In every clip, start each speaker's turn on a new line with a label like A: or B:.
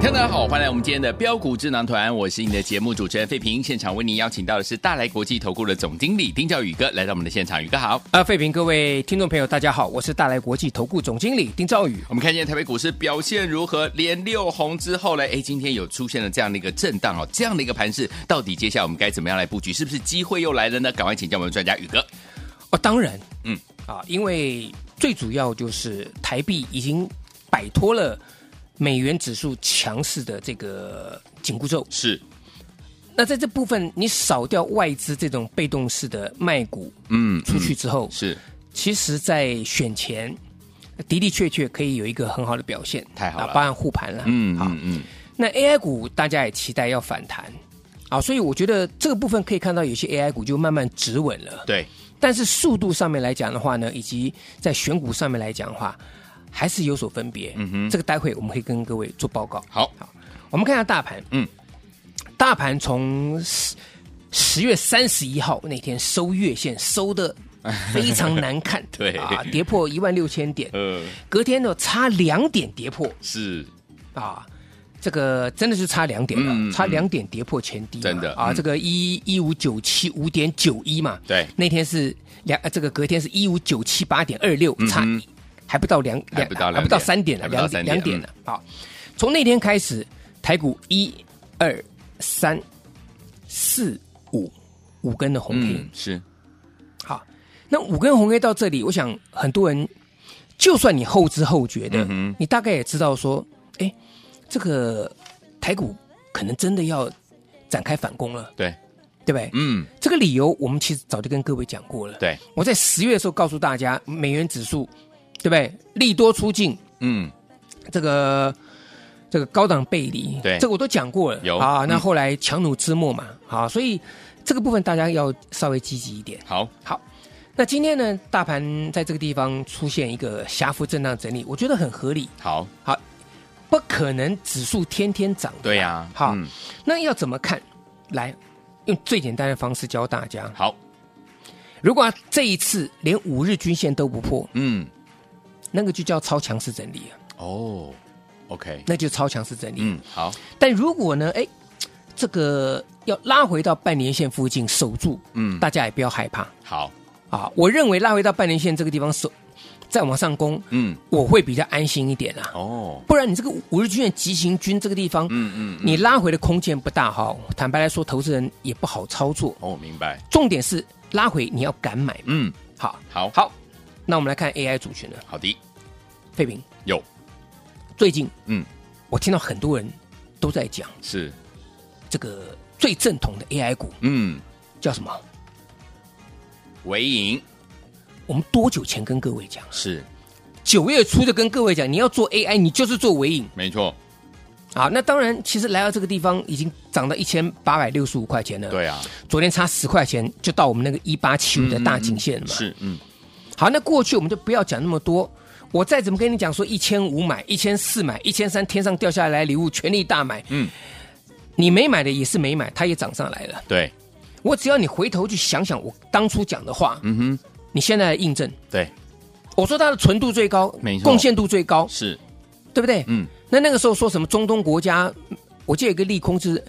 A: 听众大家好，欢迎来我们今天的标股智囊团，我是你的节目主持人费平。现场为您邀请到的是大来国际投顾的总经理丁兆宇哥来到我们的现场，宇哥好。
B: 啊，费平，各位听众朋友，大家好，我是大来国际投顾总经理丁兆宇。
A: 我们看见台北股市表现如何？连六红之后呢？哎，今天有出现了这样的一个震荡哦，这样的一个盘势，到底接下来我们该怎么样来布局？是不是机会又来了呢？赶快请教我们的专家宇哥。
B: 哦，当然，
A: 嗯
B: 嗯，啊，因为最主要就是台币已经摆脱了美元指数强势的这个紧箍咒。
A: 是，
B: 那在这部分，你少掉外资这种被动式的卖股
A: 嗯，
B: 出去
A: 嗯
B: 之后，
A: 是
B: 其实，在选前的的确确可以有一个很好的表现，
A: 太好了
B: 啊包含护盘了，
A: 嗯
B: 好。
A: 嗯嗯，
B: 那 AI 股大家也期待要反弹啊，所以我觉得这个部分可以看到有些 AI 股就慢慢止稳了。
A: 对，
B: 但是速度上面来讲的话呢，以及在选股上面来讲的话，还是有所分别。嗯哼，这个待会我们会跟各位做报告。
A: 好，
B: 我们看一下大盘，
A: 嗯，
B: 大盘从十十月三十一号那天收月线收的非常难看，
A: 对
B: 啊，跌破一万六千点，
A: 呃，
B: 隔天呢差两点跌破
A: 是
B: 啊。这个真的是差两点了，
A: 嗯
B: 差两点跌破前低嘛，
A: 真的
B: 啊！
A: 嗯
B: 这个一一五九七五点九一嘛，
A: 对
B: 那天是两，呃这个隔天是一五九七八点二六，差
A: 嗯
B: 一还不到两
A: 还不到两点
B: 还不到三点了，
A: 还不到
B: 两
A: 三点嗯
B: 点两点了。好，从那天开始，台股一二三四五五根的红 K，、
A: 嗯是，
B: 好，那五根红 K 到这里，我想很多人，就算你后知后觉的，
A: 嗯哼
B: 你大概也知道说，哎，这个台股可能真的要展开反攻了，
A: 对，
B: 对不对？
A: 嗯
B: 这个理由我们其实早就跟各位讲过了。
A: 对，
B: 我在十月的时候告诉大家，美元指数，对不对？利多出尽，
A: 嗯
B: 这个这个高档背离，
A: 对
B: 这个我都讲过了。
A: 有
B: 啊，那
A: 嗯
B: 后来强弩之末嘛，啊，所以这个部分大家要稍微积极一点。
A: 好，
B: 好，那今天呢，大盘在这个地方出现一个狭幅震荡整理，我觉得很合理，
A: 好，
B: 不可能指数天天涨。
A: 对呀，
B: 好
A: 嗯
B: 那要怎么看？来，用最简单的方式教大家。
A: 好，
B: 如果、这一次连五日均线都不破，
A: 嗯，
B: 那个就叫超强势整理啊，
A: 哦，OK，
B: 那就超强势整理。
A: 嗯，好，
B: 但如果呢，哎，这个要拉回到半年线附近守住，
A: 嗯，
B: 大家也不要害怕
A: 好，
B: 啊。我认为拉回到半年线这个地方守，再往上攻，
A: 嗯，
B: 我会比较安心一点啊。
A: 哦，
B: 不然你这个五日均线急行军这个地方，
A: 嗯嗯嗯
B: 你拉回的空间不大哈。坦白来说，投资人也不好操作。
A: 哦，明白，
B: 重点是拉回你要敢买。
A: 嗯，
B: 好，
A: 好，
B: 好，那我们来看 AI 族群了。
A: 好的，
B: 废品
A: 有，
B: 最近，
A: 嗯，
B: 我听到很多人都在讲
A: 是，
B: 这个最正统的 AI 股
A: 嗯，
B: 叫什么？
A: 尾影
B: 我们多久前跟各位讲？
A: 是
B: 九月初就跟各位讲，你要做 AI，你就是做尾影
A: 没错，
B: 啊。那当然，其实来到这个地方已经涨到一千八百六十五块钱了。
A: 对啊，
B: 昨天差十块钱就到我们那个一八七五的大颈线了嘛。
A: 是，嗯，
B: 好，那过去我们就不要讲那么多。我再怎么跟你讲说一千五买、一千四买、一千三天上掉下来礼物全力大买，
A: 嗯，
B: 你没买的也是没买，它也涨上来了。
A: 对，
B: 我只要你回头去想想我当初讲的话，
A: 嗯哼，
B: 你现在来印证，
A: 对，
B: 我说它的纯度最高，
A: 没错
B: 贡献度最高，
A: 是，
B: 对不对？
A: 嗯，
B: 那那个时候说什么中东国家，我记得有一个利空是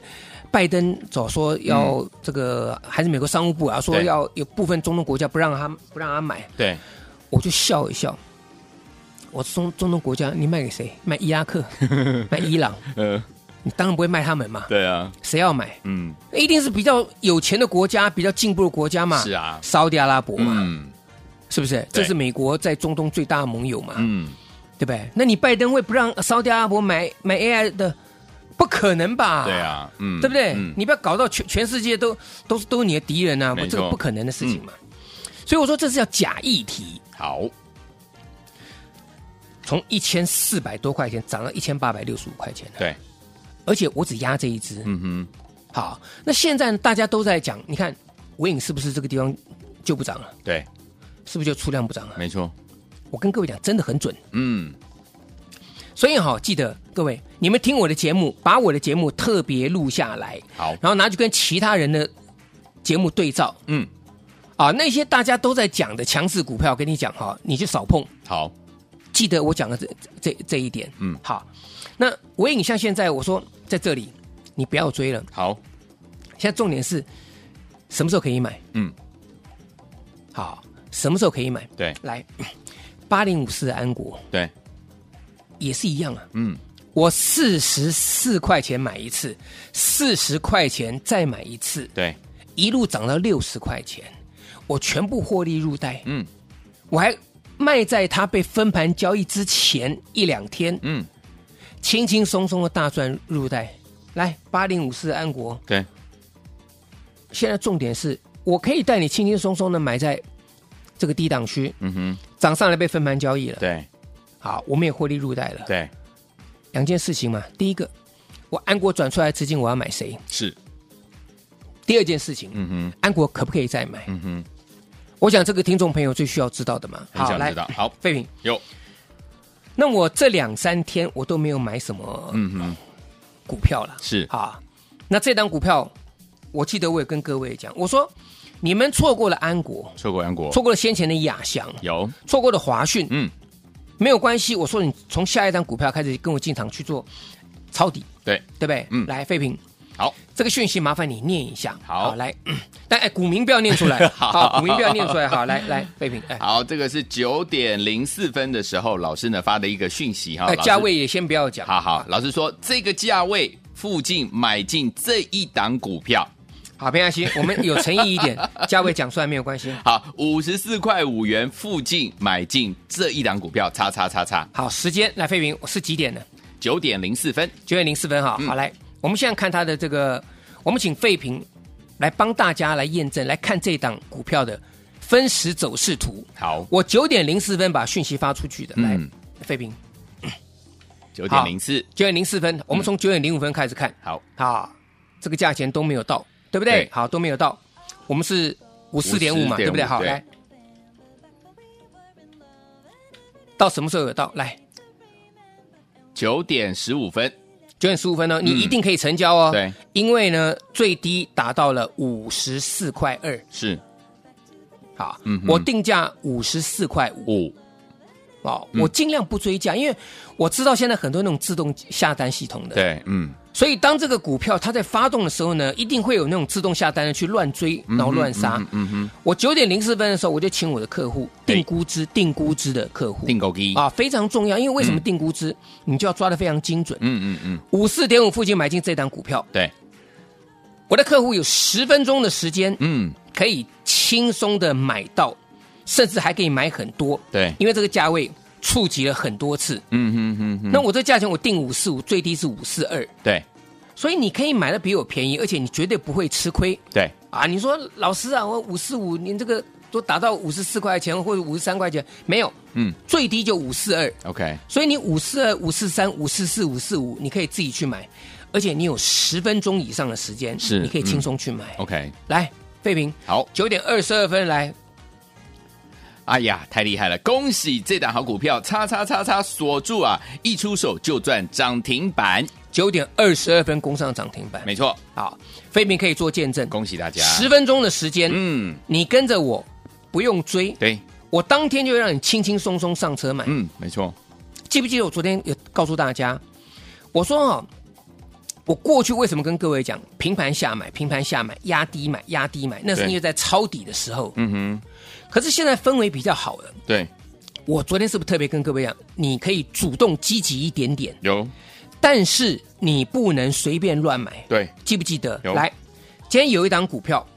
B: 拜登早说要这个、还是美国商务部啊说
A: 嗯对
B: 要有部分中东国家不让他不让他买，
A: 对，
B: 我就笑一笑。我中中东国家，你卖给谁？卖伊 拉克，卖伊朗，
A: 呃，
B: 你当然不会卖他们嘛。
A: 对啊，
B: 谁要买？
A: 嗯，
B: 一定是比较有钱的国家，比较进步的国家嘛。
A: 是啊
B: 沙特阿拉伯嘛，
A: 嗯
B: 是不是？
A: 对
B: 这是美国在中东最大的盟友嘛，
A: 嗯，
B: 对不对？那你拜登会不让沙特阿拉伯买买 AI 的不可能吧？
A: 对，啊，嗯
B: 对不对？
A: 嗯
B: 你不要搞到全全世界都都是都是你的敌人啊，
A: 没错嗯
B: 这个不可能的事情嘛。所以我说这是叫假议题，
A: 好，
B: 从一千四百多块钱涨到一千八百六十五块钱了，
A: 对，
B: 而且我只压这一只。
A: 嗯
B: 好，那现在大家都在讲，你看尾影是不是这个地方就不涨了
A: 哼？，对，
B: 是不是就出量不涨了？
A: 没错，
B: 我跟各位讲，真的很准。
A: 嗯，
B: 所以哈，记得各位，你们听我的节目，把我的节目特别录下来，
A: 好，
B: 然后拿去跟其他人的节目对照
A: 嗯，
B: 啊。那些大家都在讲的强势股票，跟你讲哈，你就少碰。
A: 好，
B: 记得我讲的这这这一点，
A: 嗯
B: 好。那我影像现在我说在这里，你不要追了。
A: 好，
B: 现在重点是什么时候可以买？
A: 嗯，
B: 好，什么时候可以买？
A: 对，
B: 来，八零五四的安国
A: 对，
B: 也是一样啊。
A: 嗯，
B: 我四十四块钱买一次，四十块钱再买一次，
A: 对，
B: 一路涨到六十块钱，我全部获利入袋。
A: 嗯
B: 我还卖在它被分盘交易之前一两天，
A: 嗯，
B: 轻轻松松的大赚入袋。来，八零五四安国，
A: 对，
B: 现在重点是我可以带你轻轻松松的买在这个低档区，
A: 嗯哼，
B: 涨上来被分盘交易了。
A: 对，
B: 好，我们也获利入袋了。
A: 对，
B: 两件事情嘛，第一个，我安国转出来的资金我要买谁？
A: 是，
B: 第二件事情，
A: 嗯哼，
B: 安国可不可以再买？
A: 嗯哼，
B: 我想这个听众朋友最需要知道的嘛。
A: 很想知道，好，
B: 废品。
A: 有，
B: 那我这两三天我都没有买什么
A: 嗯哼，
B: 股票了，
A: 是，
B: 啊。那这档股票，我记得我也跟各位讲，我说你们错过了安国，
A: 错过安国，
B: 错过了先前的亚翔，
A: 有，
B: 错过了华讯，
A: 嗯，
B: 没有关系。我说你从下一档股票开始跟我进场去做抄底，
A: 对，
B: 对不对？
A: 嗯
B: 来，废品。
A: 好，
B: 这个讯息麻烦你念一下。
A: 好
B: 来，但哎，股民不要念 出来，
A: 好
B: 好，股民不要念出 来，好，来来，废品，哎，
A: 好，这个是九点零四分的时候，老师呢发的一个讯息哈
B: 哎，，
A: 老师
B: 价位也先不要讲，
A: 好好，老师说这个价位附近买进这一档股票，
B: 好，别担心，我们有诚意一点，价位讲出来没有关系。
A: 好，五十四块五元附近买进这一档股票，叉叉叉叉，
B: 好，时间来，废品是几点呢？
A: 九点零四分，
B: 九点零四分哈。好，来，我们现在看它的这个，我们请废品来帮大家来验证，来看这档股票的分时走势图。
A: 好，
B: 我九点零四分把讯息发出去的，来
A: 嗯，
B: 废品
A: 九点零四，
B: 九点零四分，我们从九点零五分开始看。
A: 好，
B: 啊，这个价钱都没有到，对不对？
A: 对
B: 好，都没有到，我们是五四点五嘛，
A: 54.5
B: 对不对？好，
A: 对
B: 来，到什么时候有到？来，
A: 九点十五分，
B: 九点十五分呢，你
A: 嗯
B: 一定可以成交哦。
A: 对，
B: 因为呢，最低达到了五十四块二，
A: 是
B: 好，
A: 嗯哼
B: 我定价五十四块五。
A: 五，
B: 哦，
A: 嗯
B: 我尽量不追价，因为我知道现在很多那种自动下单系统的，
A: 对，嗯，
B: 所以当这个股票它在发动的时候呢，一定会有那种自动下单的去乱追，然后乱杀。
A: 嗯哼，
B: 我九点零四分的时候，我就请我的客户
A: 对
B: 定估值、定估值的客户
A: 订购机，
B: 啊，非常重要，因为为什么定估值，你就要抓得非常精准。
A: 嗯嗯嗯嗯，
B: 五四点五附近买进这档股票，
A: 对，
B: 我的客户有十分钟的时间
A: 嗯，
B: 可以轻松的买到，甚至还可以买很多，
A: 对，
B: 因为这个价位触及了很多次。
A: 嗯哼哼哼，
B: 那我这价钱我定五四五，最低是五四二，
A: 对
B: 所以你可以买的比我便宜，而且你绝对不会吃亏。
A: 对，
B: 啊，你说老师啊，我五四五，您这个都达到五十四块钱或者五十三块钱，没有，
A: 嗯
B: 最低就五四二，
A: ，OK，
B: 所以你五四二、五四三、五四四、五四五，你可以自己去买，而且你有十分钟以上的时间，
A: 是嗯
B: 你可以轻松去买。
A: OK，
B: 来，费平，
A: 好，
B: 九点二十二分来，
A: 哎呀，太厉害了！恭喜这档好股票，叉叉叉叉锁住啊，一出手就赚涨停板，
B: 九点二十二分攻上涨停板，
A: 没错，
B: 好，费平可以做见证，
A: 恭喜大家！
B: 十分钟的时间，
A: 嗯，
B: 你跟着我，不用追，
A: 对，
B: 我当天就让你轻轻松松上车买。
A: 嗯，没错，
B: 记不记得我昨天有告诉大家，我说哈、我过去为什么跟各位讲平盘下买、平盘下买、压低买、压低买？那是
A: 对
B: 因为在抄底的时候。
A: 嗯
B: 可是现在氛围比较好了，
A: 哼，对，
B: 我昨天是不是特别跟各位讲，你可以主动积极一点点，
A: 有，
B: 但是你不能随便乱买，
A: 对，
B: 记不记得？
A: 有
B: 来，今天有一档股票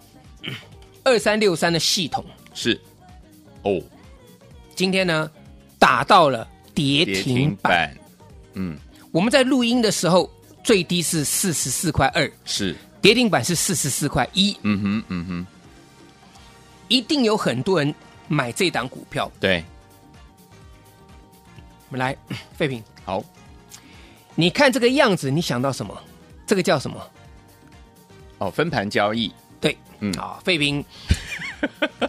B: 二三六三的系统，
A: 是，哦，
B: 今天呢打到了跌
A: 跌
B: 停
A: 停
B: 板。
A: 板，嗯，
B: 我们在录音的时候，最低是四十四块二，
A: 是，
B: 跌停板是四十四块一，
A: 嗯哼，嗯哼，
B: 一定有很多人买这档股票。
A: 对，
B: 我们来，废品，
A: 好，
B: 你看这个样子，你想到什么？这个叫什么？
A: 哦，分盘交易，
B: 对，
A: 嗯
B: 啊，废品，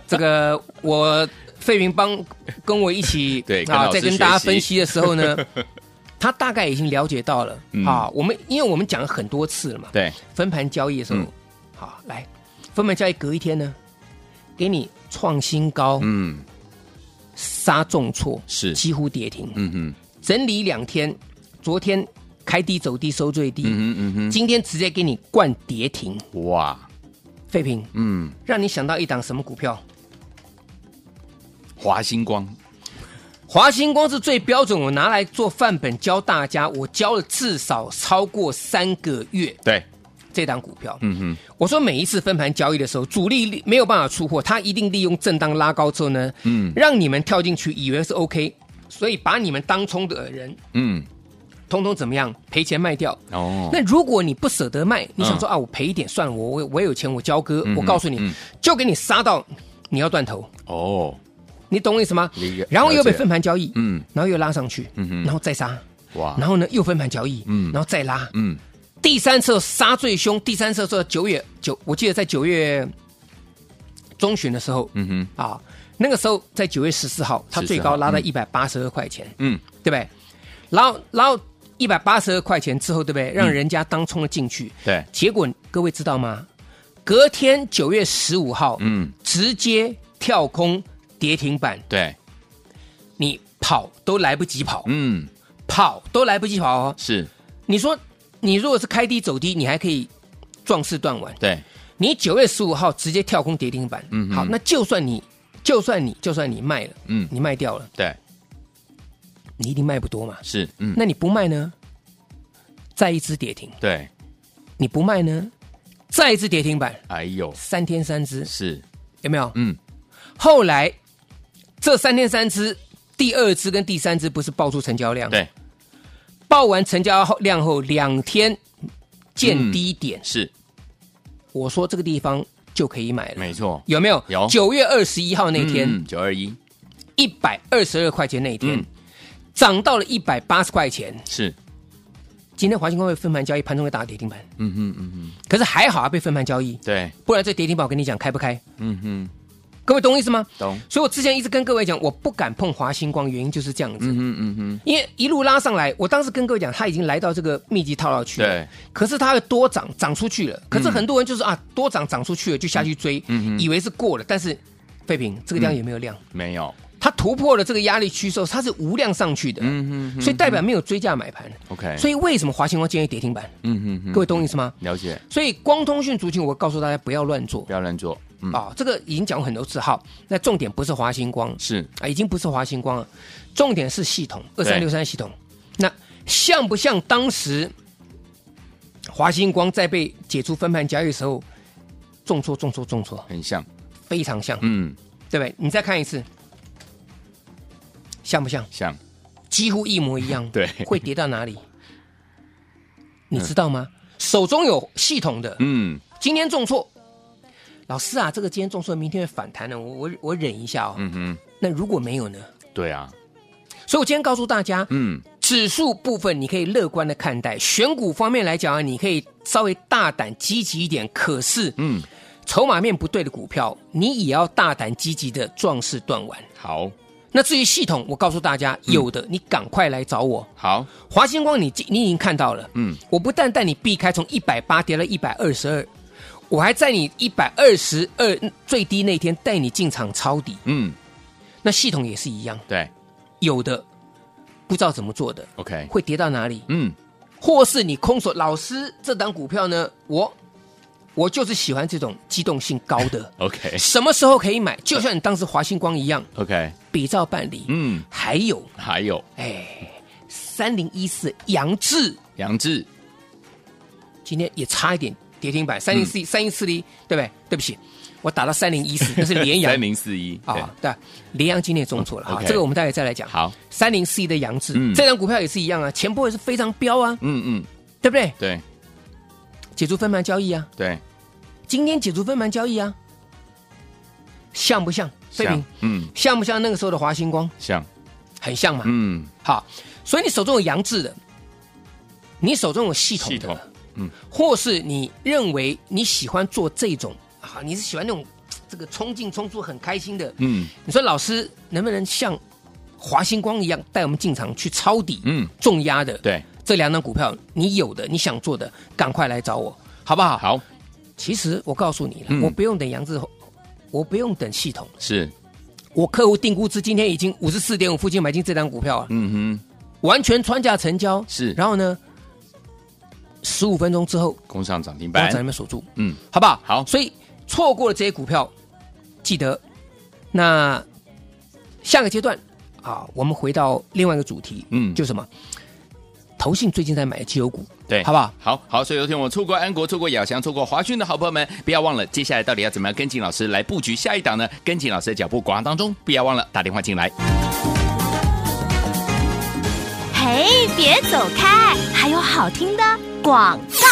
B: 这个我废品帮跟我一起
A: 对跟
B: 啊，
A: 老师
B: 在跟大家
A: 学习
B: 分析的时 候呢，他大概已经了解到了、
A: 嗯
B: 啊。我们因为我们讲了很多次了嘛，
A: 对，
B: 分盘交易的时候，
A: 嗯
B: 好来，分盘交易隔一天呢，给你创新高，
A: 嗯，
B: 杀重挫，
A: 是
B: 几乎跌停，
A: 嗯哼，
B: 整理两天，昨天开低走低收最低，
A: 嗯哼，嗯
B: 今天直接给你灌跌停。
A: 哼，哇，
B: 废品
A: 嗯，
B: 让你想到一档什么股票？
A: 华星光，
B: 华星光是最标准，我拿来做范本教大家，我教了至少超过三个月
A: 对，
B: 这档股票。
A: 嗯哼，
B: 我说每一次分盘交易的时候，主力没有办法出货，他一定利用震荡拉高之后呢，
A: 嗯
B: 让你们跳进去，以为是 OK，所以把你们当冲的人
A: 嗯，
B: 通通怎么样赔钱卖掉。
A: 哦，
B: 那如果你不舍得卖，你想说、啊，我赔一点算了，我我我有钱我交割，我告诉你，
A: 嗯
B: 就给你杀到你要断头，
A: 哦，
B: 你懂我意思吗
A: 理解？
B: 然后又被
A: 了解
B: 分盘交易，
A: 嗯，
B: 然后又拉上去，
A: 嗯哼
B: 然后再杀，
A: 哇，
B: 然后呢又分盘交易，
A: 嗯
B: 然后再拉，
A: 嗯，
B: 第三次杀最凶，第三次是九月九，我记得在九月中旬的时候，
A: 嗯哼，
B: 啊，那个时候在九月十四号，它最
A: 14号
B: 高拉到
A: 嗯
B: 一百八十二块钱，
A: 嗯，
B: 对不对？然后然后一百八十二块钱之后，对不对？
A: 嗯
B: 让人家当冲了进去，
A: 对，
B: 结果各位知道吗？隔天九月十五号，
A: 嗯，
B: 直接跳空跌停板，
A: 对，
B: 你跑都来不及跑，
A: 嗯，
B: 跑都来不及跑哦。
A: 是，
B: 你说你如果是开低走低，你还可以壮士断腕，
A: 对，
B: 你九月十五号直接跳空跌停板，
A: 嗯哼
B: 好，那就算你就算你就算你卖了，
A: 嗯，
B: 你卖掉了，
A: 对，
B: 你一定卖不多嘛。
A: 是，嗯，
B: 那你不卖呢？再一只跌停，
A: 对，
B: 你不卖呢？再一只跌停板，
A: 哎呦，
B: 三天三只，
A: 是，
B: 有没有？
A: 嗯，
B: 后来这三天三只，第二只跟第三只不是爆出成交量？，
A: 对，
B: 爆完成交量后两天
A: 嗯
B: 见低点，
A: 是，
B: 我说这个地方就可以买了，
A: 没错，
B: 有没有？
A: 有
B: 九月二十一号那天，
A: 九二一，
B: 一百二十二块钱那一天，
A: 嗯
B: 涨到了一百八十块钱。
A: 是，
B: 今天华兴光会分盘交易，盘中会打跌停板，
A: 嗯哼，嗯哼，
B: 可是还好啊，被分盘交易，
A: 对，
B: 不然这跌停板我跟你讲开不开，
A: 嗯哼，
B: 各位懂我意思吗？
A: 懂，
B: 所以我之前一直跟各位讲，我不敢碰华星光，原因就是这样子，
A: 嗯哼，嗯哼，
B: 因为一路拉上来，我当时跟各位讲，它已经来到这个密集套牢区了，
A: 对，嗯
B: 可是它又多涨，涨出去了，可是很多人就是、啊，多涨涨出去了就下去追，以为是过了，但是废品这
A: 嗯
B: 个量有没有量？
A: 没有，
B: 它突破了这个压力区之后，它是无量上去的，
A: 嗯哼
B: 所以代表没有追价买盘。
A: ，OK，
B: 所以为什么华星光建议跌停板？
A: 嗯哼哼
B: 各位懂我意思吗？
A: 了解，
B: 所以光通讯族群，我告诉大家不要乱做
A: 不要乱做，嗯，
B: 啊、这个已经讲过很多次。好，那重点不是华星光
A: 是，
B: 啊，已经不是华星光了，重点是系统二三六三系统。那像不像当时华星光在被解除分盘交易的时候重挫、重挫、重挫，
A: 很像，
B: 非常像，
A: 嗯，
B: 对不对？你再看一次，像不像？
A: 像，
B: 几乎一模一样，
A: 对
B: 会跌到哪里？你知道吗？手中有系统的，
A: 嗯，
B: 今天重挫，老师啊，这个今天重挫，明天会反弹的，我我我忍一下哦。
A: 嗯哼，
B: 那如果没有呢？
A: 对啊，
B: 所以我今天告诉大家，
A: 嗯，
B: 指数部分你可以乐观的看待，选股方面来讲啊，你可以稍微大胆积极一点，可是
A: 嗯，
B: 筹码面不对的股票，你也要大胆积极的壮士断腕。
A: 好，
B: 那至于系统，我告诉大家，
A: 嗯
B: 有的你赶快来找我。
A: 好，
B: 华星光你，你已经看到了，
A: 嗯，
B: 我不但带你避开从一百八跌到一百二十二，我还在你一百二十二最低那天带你进场抄底。
A: 嗯，
B: 那系统也是一样，
A: 对
B: 有的不知道怎么做的，
A: ，OK，
B: 会跌到哪里，
A: 嗯，，
B: 或是你空手，老师这档股票呢，我我就是喜欢这种机动性高的
A: ，OK，
B: 什么时候可以买？就像你当时华星光一样，
A: OK，
B: 比照办理。
A: 嗯，
B: 还有，
A: 还有
B: 哎，三零一四杨志。
A: 杨志，
B: 今天也差一点跌停
A: 嗯
B: 板，三零四三零四零，对不对？对不起，我打到三零 一四，那是联阳
A: 三零四一，
B: 啊，对，联阳今天也重挫了啊，
A: OK
B: 这个我们待会再来讲。
A: 好，
B: 三零四一的杨志
A: 嗯，
B: 这张股票也是一样啊，前波也是非常飙啊，
A: 嗯嗯，
B: 对不对？
A: 对
B: 解除分盘交易啊，
A: 对，
B: 今天解除分盘交易啊，像不像？飞
A: 像
B: 平，
A: 嗯
B: 像不像那个时候的华星光？
A: 像
B: 很像嘛。
A: 嗯
B: 好，所以你手中有杨志的，你手中有系统
A: 系统
B: 的，
A: 嗯，
B: 或是你认为你喜欢做这种啊，你是喜欢那种这个冲进冲出很开心的，
A: 嗯
B: 你说老师能不能像华星光一样带我们进场去抄底？
A: 嗯，
B: 重压的，
A: 对，
B: 这两档股票，你有的，你想做的，赶快来找我，好不好？。
A: 好
B: 其实我告诉你了，
A: 嗯
B: 我不用等杨志，我不用等系统，
A: 是
B: 我客户定估值今天已经五十四点五附近买进这张股票啊，
A: 嗯哼，
B: 完全穿价成交。
A: 是
B: 然后呢，十五分钟之后，
A: 工上涨停
B: 把它
A: 板
B: 在，里面锁住，
A: 嗯
B: 好不好？
A: 好
B: 所以错过了这些股票，记得那下个阶段啊，我们回到另外一个主题，
A: 嗯
B: 就是什么？投信最近在买绩优股，
A: 对，
B: 好不好？
A: 好好，所以有天我错过安国、错过亚翔、错过华讯的好朋友们，不要忘了，接下来到底要怎么样跟紧老师来布局下一档呢？跟紧老师的脚步，广告当中不要忘了打电话进来。
C: 嘿，别走开，还有好听的广告。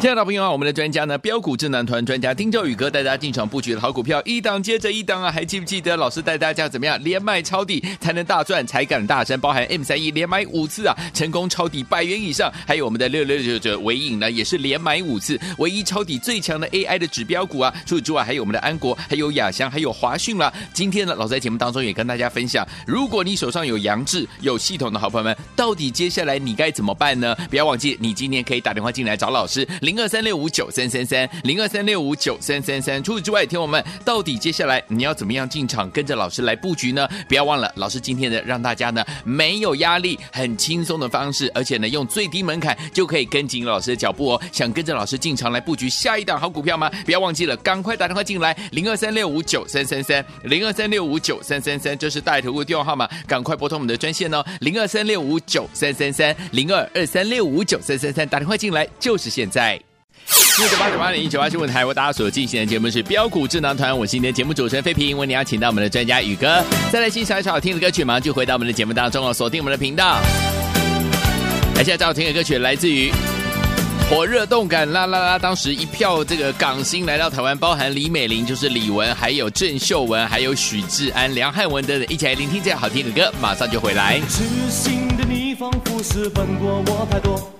A: 亲爱的朋友啊，我们的专家呢，标股智囊团啊专家丁兆宇哥带大家进场布局的好股票，一档接着一档啊，还记不记得老师带大家怎么样连卖抄底才能大赚，才敢大声包含 M 三一连买五次啊，成功抄底百元以上，还有我们的六六九九尾影呢，也是连买五次，唯一抄底最强的 AI 的指标股啊。除此之外，还有我们的安国，还有亚翔，还有华讯啦。今天呢，老师在节目当中也跟大家分享，如果你手上有杨志有系统的好朋友们，到底接下来你该怎么办呢？不要忘记，你今天可以打电话进来找老师，零二三六五九三三三，零二三六五九三三三。除此之外，听我们到底接下来你要怎么样进场，跟着老师来布局呢？不要忘了，老师今天呢让大家呢没有压力，很轻松的方式，而且呢用最低门槛就可以跟紧老师的脚步哦。想跟着老师进场来布局下一档好股票吗？不要忘记了，赶快打电话进来，零二三六五九三三三，零二三六五九三三三，这是大头的电话号码，赶快拨通我们的专线哦，零二三六五九三三三，零二二三六五九三三三，打电话进来就是现在。六九八九八零一九八新闻台为大家所进行的节目是标股智囊团，我是今天的节目主持人费平，为你邀请到我们的专家宇哥，再来欣赏一首好听的歌曲，马上就回到我们的节目当中哦，锁定我们的频道。来，现在最好听的歌曲来自于火热动感啦啦啦！当时一票这个港星来到台湾，包含李美玲，就是李玟，还有郑秀文，还有许志安、梁汉文等等，一起来聆听这好听的歌，马上就回来。
D: 痴心的你仿佛是笨过我太多，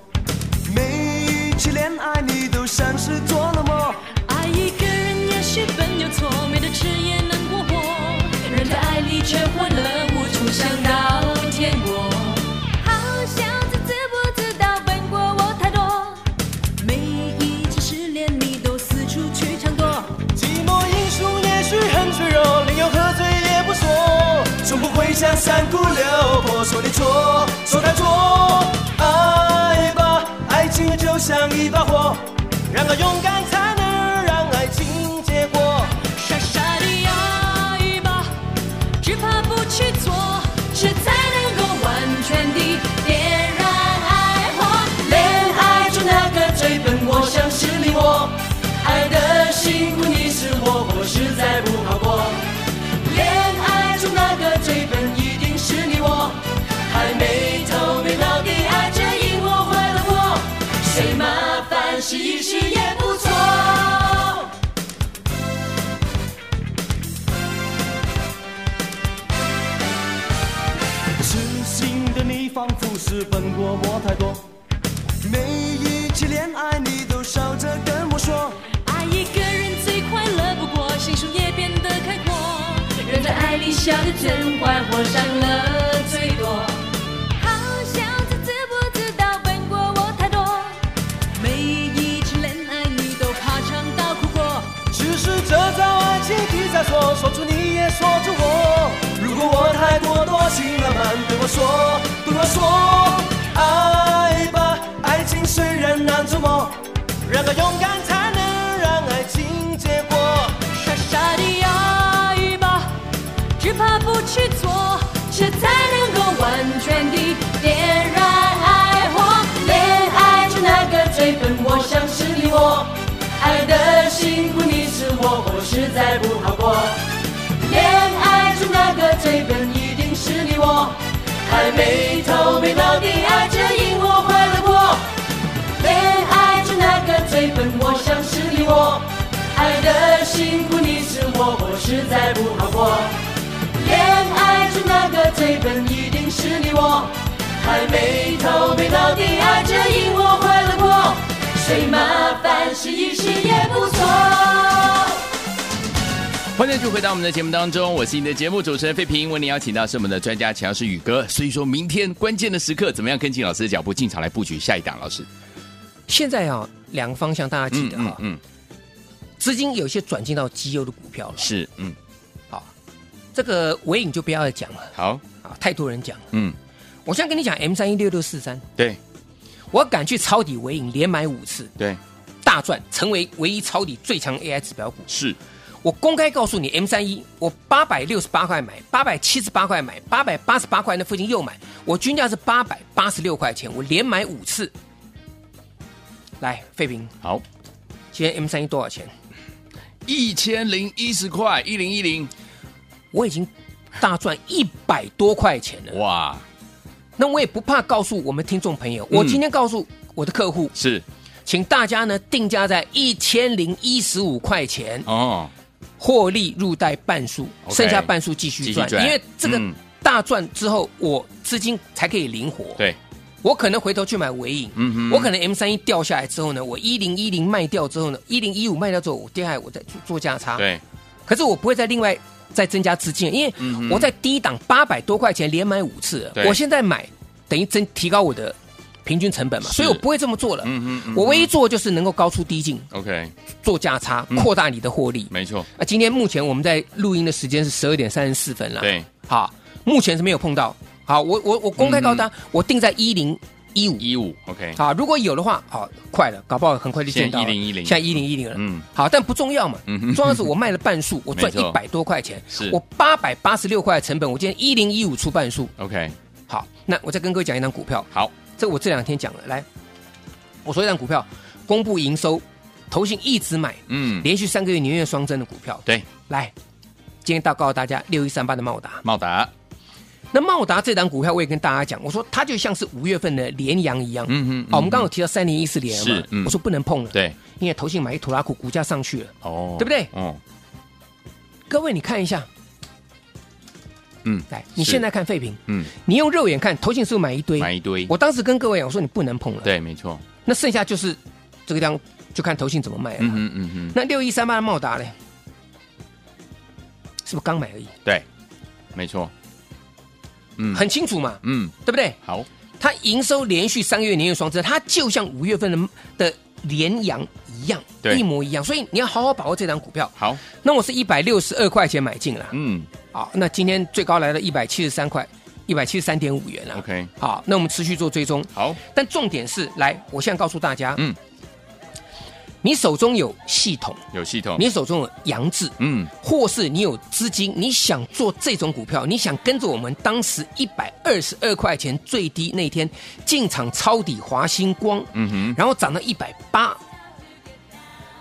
D: 每一次恋爱你都像是做了梦。
E: 爱一个人也许本有错，没得吃也能过活，人在爱里却混了，无处想到天国。好小子，知不知道本过我太多？每一次失恋，你都四处去尝过。
D: 寂寞因素也许很脆弱，宁愿喝醉也不说，从不会像三姑六婆说你错，说他错。爱吧，爱情就像一把火，然后勇敢才能让爱情结果。
E: 傻傻的爱吧，只怕不去做，这才能够完全的点燃爱火。
D: 恋爱中那个最笨，我想是你我，爱的辛苦你是我，我实在不好过。恋爱中那个最笨一定是你我，还没头没脑的爱着因我坏了我，谁麻烦试一试也不错。痴心的你仿佛是笨过我太多。每一次恋爱，你都笑着跟我说，
E: 爱一个人最快乐，不过心胸也变得开阔。人在爱里笑得真坏，火上了最多。好小子，知不知道本过我太多？每一次恋爱，你都怕尝到苦果。
D: 只是这招爱情题材说，说出你也说出我。如果我太过多情浪漫，对我说，对我说，爱吧，爱情虽然难捉摸，然而勇敢才能让爱情结果。
E: 傻傻的爱吧，只怕不去做，这才能够完全的点燃爱火。
D: 恋爱中那个最笨，我想是你我，爱的辛苦你是我，我实在不好过。恋爱中那个最笨一定是你我，还没头没脑的爱着因我坏了过。恋实在不好过。恋爱中那个最笨一定是你我，还没头没脑地爱着因我快乐过，谁麻烦试一试也不错。
A: 欢迎继续回到我们的节目当中，我是你的节目主持人费平。为您邀请到是我们的专家强势宇哥，所以说明天关键的时刻，怎么样跟进老师的脚步进场来布局下一档？老师，
B: 现在啊，两个方向大家记得啊，
A: 嗯，
B: 资金有些转进到绩优的股票了，
A: 是，嗯，
B: 这个尾影就不要再讲了
A: 好，
B: 啊，太多人讲了。
A: 嗯，
B: 我现在跟你讲 M 三一六六四三，
A: 对
B: 我敢去抄底尾影，连买五次
A: 对
B: 大赚，成为唯一抄底最强 AI 指标股。
A: 是，
B: 我公开告诉你，M 三一我八百六十八块买，八百七十八块买，八百八十八块那附近又买，我均价是八百八十六块钱，我连买五次。来，费平，
A: 好，
B: 今天 M 三一多少钱？
A: 一千零一十块，一零一零，
B: 我已经大赚一百多块钱了。
A: 哇，
B: 那我也不怕告诉我们听众朋友，我
A: 嗯
B: 今天告诉我的客户，
A: 是，
B: 请大家呢定价在一千零一十五块钱，
A: 哦，
B: 获利入袋半数，
A: OK，
B: 剩下半数继续赚
A: 继续，赚
B: 因为这个
A: 嗯
B: 大赚之后，我资金才可以灵活。
A: 对，
B: 我可能回头去买尾影，
A: 嗯哼
B: 我可能 M 三一掉下来之后呢，我一零一零卖掉之后呢，一零一五卖掉之后，我接下来我再做做价差。，
A: 对，
B: 可是我不会再另外再增加资金，因为
A: 嗯哼
B: 我在低档八百多块钱连买五次
A: 对，
B: 我现在买等于增提高我的平均成本嘛，
A: 是
B: 所以我不会这么做了。
A: 嗯哼嗯哼
B: 我唯一做就是能够高出低进，
A: ，OK，
B: 做价差，
A: 嗯
B: 扩大你的获利。
A: 没错，
B: 那啊今天目前我们在录音的时间是十二点三十四分了，
A: 对，
B: 好，目前是没有碰到。好，我我我公开告诉大家，我定在一零一五。
A: 嗯一五，OK，
B: 好，如果有的话，好，快了，搞不好很快就见到了。
A: 现在1010
B: 现在一零一零了。
A: 嗯
B: 嗯，好，但不重要嘛
A: 嗯哼。
B: 重要是我卖了半数，我赚
A: 没错
B: 一百多块钱
A: 是，
B: 我八百八十六块的成本，我今天一零一五出半数。
A: ，OK，
B: 好，那我再跟各位讲一档股票，
A: 好，
B: 这我这两天讲了。来，我说一档股票公布营收，投信一直买，
A: 嗯，
B: 连续三个月年月双增的股票。
A: 对，
B: 来，今天到告诉大家六一三八的茂达。
A: 茂达，
B: 那茂达这档股票我也跟大家讲，我说它就像是五月份的联阳一样。
A: 嗯哼嗯哼
B: 哦，我们刚刚有提到三零一四联阳嘛
A: 是，嗯
B: 我说不能碰了，，
A: 对，
B: 因为投信买一土拉股，股价上去了。
A: 哦
B: 对不对
A: 哦，
B: 各位你看一下，
A: 嗯，
B: 来，你
A: 是
B: 现在看废品，
A: 嗯，
B: 你用肉眼看，投信是不是买一堆？
A: 买一堆，
B: 我当时跟各位讲，我说你不能碰了。，
A: 对，没错，
B: 那剩下就是这个地方就看投信怎么卖了。
A: 嗯哼嗯哼，
B: 那六一三八的茂达嘞，是不是刚买而已？
A: 对，没错，嗯，
B: 很清楚嘛，
A: 嗯，
B: 对不对？
A: 好，
B: 它营收连续三个月年月双增，它就像五月份的的联阳一样，
A: 对
B: 一模一样。所以你要好好把握这档股票。
A: 好，
B: 那我是一百六十二块钱买进了，
A: 嗯
B: 好，那今天最高来了一百七十三块，一百七十三点五元了。
A: ，OK，
B: 好，那我们持续做追踪。
A: 好，
B: 但重点是，来，我现在告诉大家，
A: 嗯，
B: 你手中有系统，
A: 有系统，
B: 你手中有杨志，
A: 嗯，
B: 或是你有资金，你想做这种股票，你想跟着我们当时一百二十二块钱最低那天进场抄底华星光，
A: 嗯哼，
B: 然后涨到一百八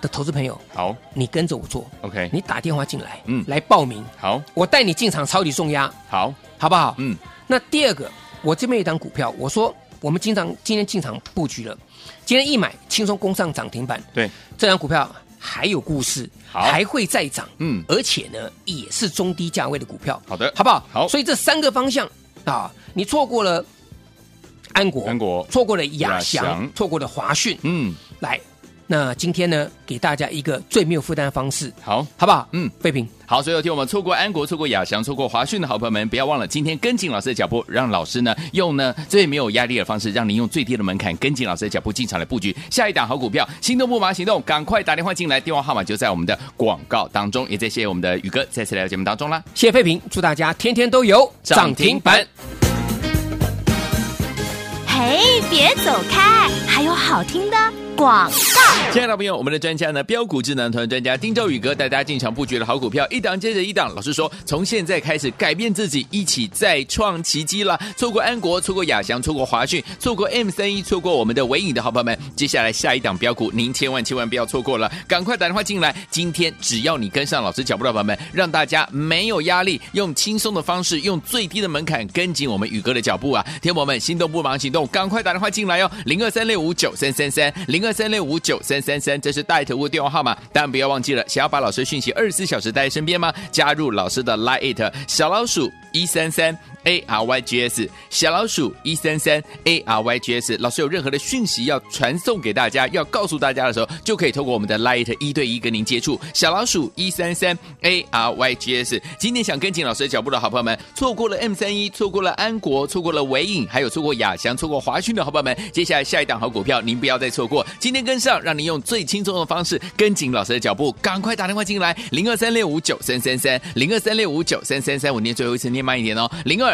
B: 的投资朋友，
A: 好
B: 你跟着我做，
A: ，OK，
B: 你打电话进来，
A: 嗯
B: 来报名，
A: 好，
B: 我带你进场抄底重压，
A: 好，
B: 好不好？
A: 嗯，
B: 那第二个，我这边有一档股票，我说我们经常今天进场布局了，今天一买轻松攻上涨停板，
A: 对，
B: 这档股票还有故事，
A: 好
B: 还会再涨，
A: 嗯
B: 而且呢也是中低价位的股票，
A: 好的
B: 好不好？
A: 好
B: 所以这三个方向啊，你错过了安国，
A: 安国
B: 错过了亚
A: 亚
B: 翔
A: 翔，
B: 错过了华讯，
A: 嗯，
B: 来，那今天呢给大家一个最没有负担的方式，
A: 好。
B: 好不好？
A: 嗯，
B: 废品。
A: 好，所以有听我们错过安国、错过亚翔、错过华讯的好朋友们，不要忘了今天跟紧老师的脚步，让老师呢用呢最没有压力的方式，让您用最低的门槛跟紧老师的脚步进场来布局下一档好股票。心动不马上行动，赶快打电话进来，电话号码就在我们的广告当中。也再谢谢我们的宇哥再次来到节目当中啦。
B: 谢谢废品，祝大家天天都有涨停板。
C: 嘿，别走开，还有好听的广。
A: 亲爱的朋友，我们的专家呢，标股智能团专家丁兆宇哥带大家进场布局的好股票，一档接着一档。老师说，从现在开始改变自己，一起再创奇迹啦！错过安国，错过亚翔，错过华讯，错过 M 三一，错过我们的伟影的好朋友们，接下来下一档标股，您千万千万不要错过了，赶快打电话进来。今天只要你跟上老师脚步的朋友们，让大家没有压力，用轻松的方式，用最低的门槛跟紧我们宇哥的脚步啊！天友们，心动不忙行动，赶快打电话进来哟、哦，零二三六五九三三三，零零二三六五九三三三，这是带头物电话号码。当然不要忘记了，想要把老师的讯息二十四小时带在身边吗？加入老师的 Line It 小老鼠一三三。A R Y G S 小老鼠一三三 A R Y G S，老师有任何的讯息要传送给大家，要告诉大家的时候，就可以透过我们的 Light 一对一跟您接触。小老鼠一三三 A R Y G S，今天想跟紧老师的脚步的好朋友们，错过了 M 三一，错过了安国，错过了伟影，还有错过亚翔，错过华讯的好朋友们，接下来下一档好股票您不要再错过，今天跟上，让您用最轻松的方式跟紧老师的脚步，赶快打电话进来零二三六五九三三三零二三六五九三三三，我念最后一次，念慢一点哦，零二